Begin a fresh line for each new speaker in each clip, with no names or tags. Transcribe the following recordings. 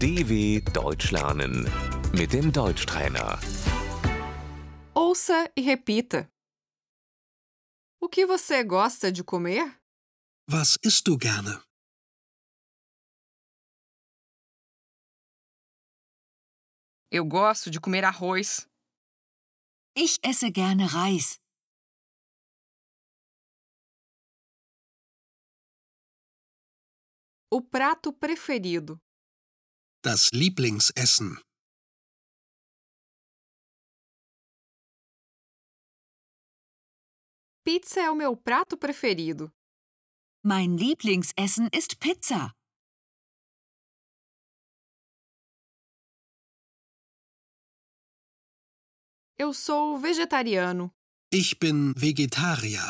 DW Deutsch lernen mit dem Deutschtrainer.
Ouça e repita. O que você gosta de comer?
Was isst du gerne?
Eu gosto de comer arroz.
Ich esse gerne Reis.
O prato preferido.
Das Lieblingsessen.
Pizza é o meu prato preferido.
Mein Lieblingsessen ist Pizza.
Eu sou vegetariano.
Ich bin Vegetarier.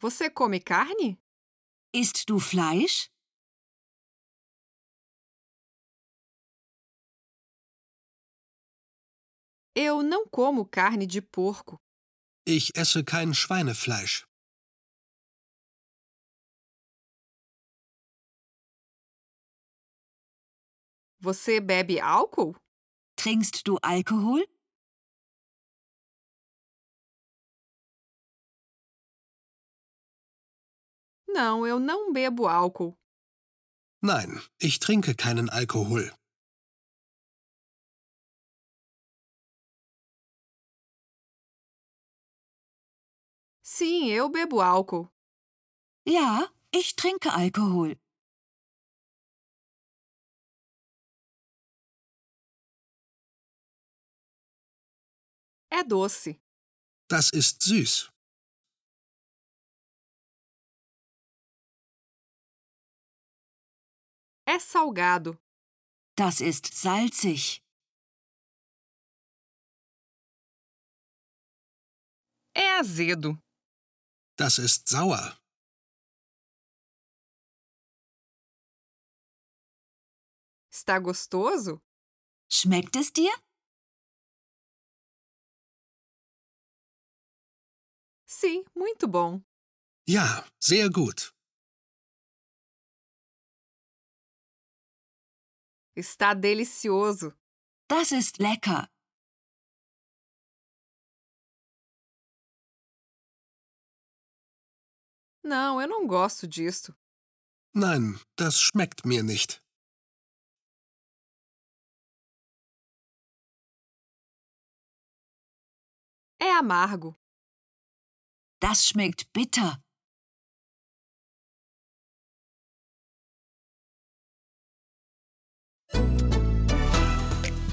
Você come carne?
Isst du Fleisch?
Eu não como carne de porco.
Ich esse kein Schweinefleisch.
Você bebe álcool?
Trinkst du Alkohol?
Não, eu não bebo álcool.
Nein, ich trinke keinen Alkohol.
Sim, eu bebo álcool.
Ja, ich trinke Alkohol.
É doce.
Das ist süß.
É salgado.
Das ist salzig.
É azedo.
Das ist sauer.
Está gostoso?
Schmeckt es dir?
Sim, muito bom.
Ja, sehr gut.
Está delicioso.
Das ist lecker.
Não, eu não gosto disso.
Nein, das schmeckt mir nicht.
É amargo.
Das schmeckt bitter.